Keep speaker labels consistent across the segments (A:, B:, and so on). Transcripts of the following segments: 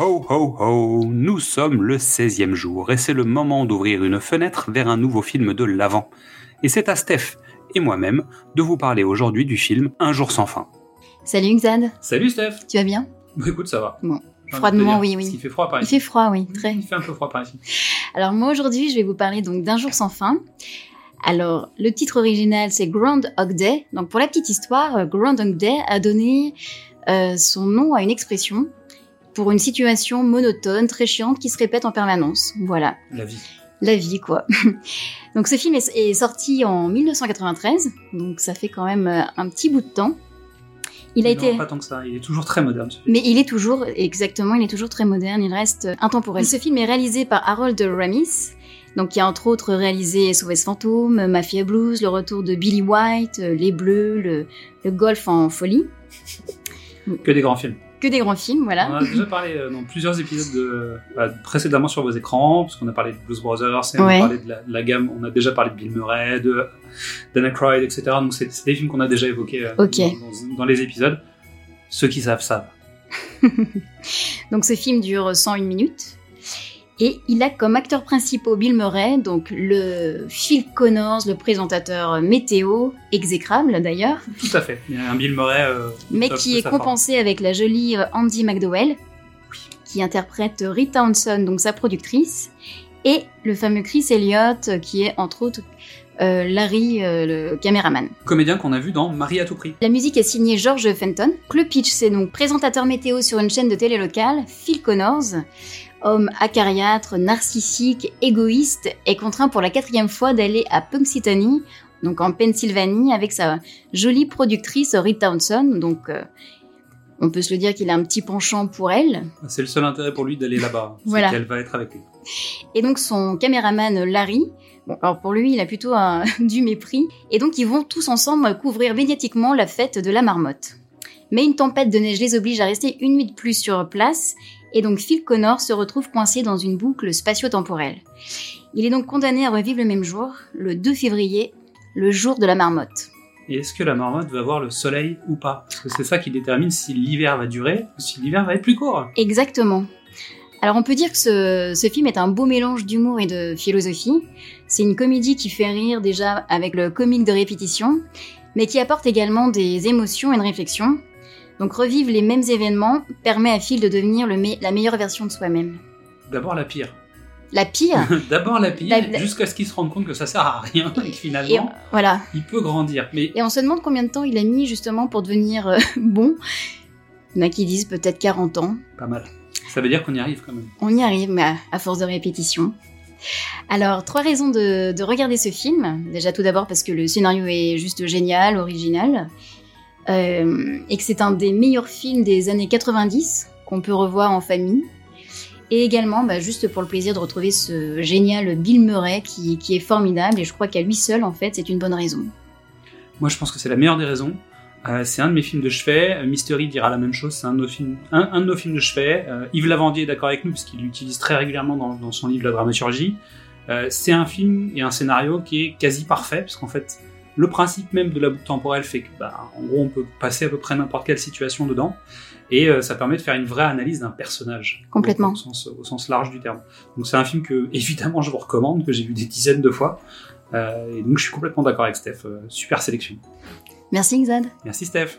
A: ho, ho Nous sommes le 16e jour et c'est le moment d'ouvrir une fenêtre vers un nouveau film de l'avant. Et c'est à Steph et moi-même de vous parler aujourd'hui du film Un jour sans fin.
B: Salut Xad,
C: Salut Steph
B: tu vas bien
C: Bah écoute, ça va.
B: Bon,
C: J'ai envie de te
B: froidement,
C: dire,
B: oui,
C: Parce
B: oui.
C: qu'il fait froid par
B: Il
C: ici.
B: fait froid, oui, très.
C: Il fait un peu froid par ici.
B: Alors moi aujourd'hui, je vais vous parler donc d'un jour sans fin. Alors, le titre original, c'est Groundhog Day. Donc pour la petite histoire, euh, Groundhog Day a donné euh, son nom à une expression pour une situation monotone, très chiante, qui se répète en permanence. Voilà,
C: La vie.
B: la vie quoi. donc ce film est, est sorti en 1993, donc ça fait quand même euh, un petit bout de temps. Il a
C: Non,
B: été...
C: Pas tant que ça. Il est toujours très moderne. ce film.
B: Mais il est toujours, exactement, il est toujours très moderne, il reste intemporel. Ce film est réalisé par Harold Ramis, donc qui a entre autres réalisé SOS Fantôme, Mafia Blues, Le Retour de Billy White, euh, Les Bleus, le, le Golf en folie.
C: Que des grands films.
B: Que des grands films,
C: On
B: voilà.
C: en a déjà parlé euh, dans plusieurs épisodes de, bah, précédemment sur vos écrans, parce qu'on a parlé de Blues Brothers, et on
B: Ouais.
C: a parlé de la, de la gamme, on a déjà parlé de Bill Murray, de d'Anna Croyd, etc. Donc c'est c'est des films qu'on a déjà évoqués euh,
B: Ok.
C: dans, dans- dans les épisodes. Ceux qui savent savent.
B: Donc ce film dure 101 minutes. Et il a comme acteurs principaux Bill Murray, donc le Phil Connors, le présentateur météo, exécrable d'ailleurs,
C: Tout à fait. Il y a un Bill Murray. euh,
B: mais
C: top
B: qui
C: de
B: est
C: sa forme.
B: compensé avec la jolie euh, Andy McDowell, qui interprète Rita Hanson, donc sa productrice, et le fameux Chris Elliott, euh, qui est entre autres euh, Larry, euh, le caméraman.
C: Comédien qu'on a vu dans Marie à tout prix.
B: La musique est signée George Fenton. Le pitch, c'est donc présentateur météo sur une chaîne de télé locale, Phil Connors, homme acariâtre, narcissique, égoïste, est contraint pour la quatrième fois d'aller à Punxsutawney, donc en Pennsylvanie, avec sa jolie productrice Rita Hanson. Donc, euh, on peut se le dire qu'il a un petit penchant pour elle.
C: C'est le seul intérêt pour lui d'aller là-bas. hein. c'est
B: Voilà.
C: Qu'elle va être avec lui.
B: Et donc son caméraman euh, Larry, bon, alors pour lui il a plutôt un- du mépris, et donc ils vont tous ensemble euh, couvrir médiatiquement la fête de la marmotte. Mais une tempête de neige les oblige à rester une nuit de plus sur place, et donc Phil Connor se retrouve coincé dans une boucle spatio-temporelle. Il est donc condamné à revivre le même jour, le 2 février, le jour de la marmotte.
C: Et est-ce que la marmotte va voir le soleil ou pas Parce que c'est ça qui détermine si l'hiver va durer ou si l'hiver va être plus court.
B: Exactement. Alors on peut dire que ce, ce film est un beau mélange d'humour et de philosophie. C'est une comédie qui fait rire déjà avec le comique de répétition, mais qui apporte également des émotions et une réflexion. Donc revivre les mêmes événements permet à Phil de devenir le me- la meilleure version de soi-même.
C: D'abord la pire.
B: La pire,
C: D'abord la pire,
B: La- la-
C: jusqu'à ce qu'il se rende compte que ça sert à rien et que
B: et,
C: finalement,
B: voilà.
C: il peut grandir. Mais
B: Et on se demande combien de temps il a mis justement pour devenir euh, bon. Il y en a qui disent peut-être 40 ans.
C: pas mal. Ça veut dire qu'on y arrive quand même.
B: On y arrive, mais à, à force de répétition. Alors, trois raisons de, de regarder ce film. Déjà, tout d'abord, parce que le scénario est juste génial, original, euh, et que c'est un des meilleurs films des années 90 qu'on peut revoir en famille. Et également, bah, juste pour le plaisir de retrouver ce génial Bill Murray qui, qui est formidable, et je crois qu'à lui seul, en fait, c'est une bonne raison.
C: Moi, je pense que c'est la meilleure des raisons. Euh, c'est un de mes films de chevet. Euh, Mystery dira la même chose. C'est un, de nos films- un- un de nos films de chevet. Euh, Yves Lavandier est d'accord avec nous puisqu'il l'utilise très régulièrement dans, dans son livre La dramaturgie. Euh, c'est un film et un scénario qui est quasi parfait parce qu'en fait, le principe même de la boucle temporelle fait que, bah, en gros, on peut passer à peu près n'importe quelle situation dedans. Et euh, ça permet de faire une vraie analyse d'un personnage.
B: Complètement.
C: Au, au sens, au sens large du terme. Donc c'est un film que, évidemment, je vous recommande, que j'ai vu des dizaines de fois. Euh, et donc je suis complètement d'accord avec Steph. Euh, super sélection.
B: Merci, Xad.
C: Merci Steph.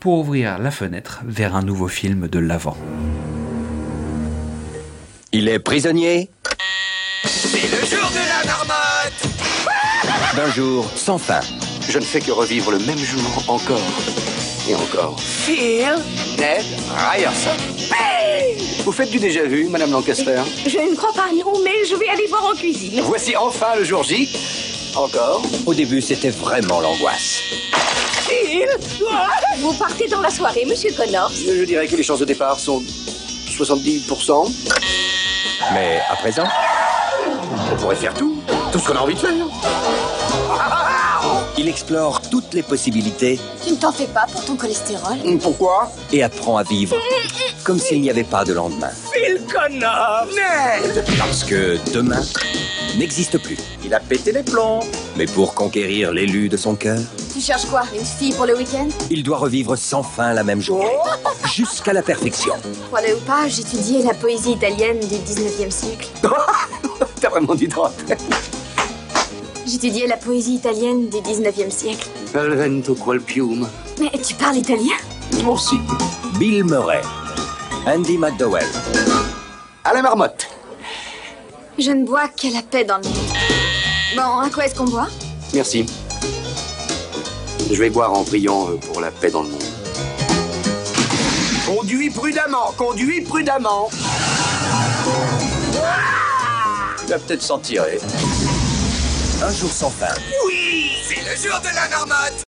A: pour ouvrir la fenêtre vers un nouveau film de l'avant.
D: Il est prisonnier
E: C'est le jour de la marmotte
D: d'un jour sans fin.
E: Je ne fais que revivre le même jour encore et encore.
F: Phil
E: Ned Ryerson. Vous faites du déjà-vu, Madame Lancaster
F: Je ne crois pas, non, mais je vais aller voir en cuisine.
E: Voici enfin le jour J. Encore
D: Au début, c'était vraiment l'angoisse.
F: Phil Vous partez dans la soirée, monsieur Connors.
E: Je dirais que les chances de départ sont 70%.
D: Mais à présent,
E: On pourrait faire tout, tout ce qu'on a envie de faire.
D: il explore toutes les possibilités
G: Tu ne t'en fais pas pour ton cholestérol
E: Mm, Pourquoi
D: et apprend à vivre comme s'il n'y avait pas de lendemain.
E: Phil Connor Ned
D: Parce que demain n'existe plus.
E: Il a pété les plombs.
D: Mais pour conquérir l'élu de son cœur,
G: Tu cherches quoi Une fille pour le week-end
D: il doit revivre sans fin la même journée,
E: Oh.
D: jusqu'à la perfection.
G: Crois-le ou pas, j'étudiais la poésie italienne du 19e siècle.
E: T'as vraiment dit droite.
G: J'étudiais la poésie italienne du 19e siècle.
E: Il vento quel piume.
G: Mais tu parles italien
E: Bon, si.
D: Bill Murray, Andy McDowell,
E: À la marmotte.
G: Je ne bois que la paix dans le monde. Bon, à quoi est-ce qu'on boit
E: Merci. Je vais boire en priant euh, pour la paix dans le monde. Conduis prudemment, conduis prudemment. Tu vas peut-être s'en tirer.
D: Un jour sans fin.
E: C'est le jour de la marmotte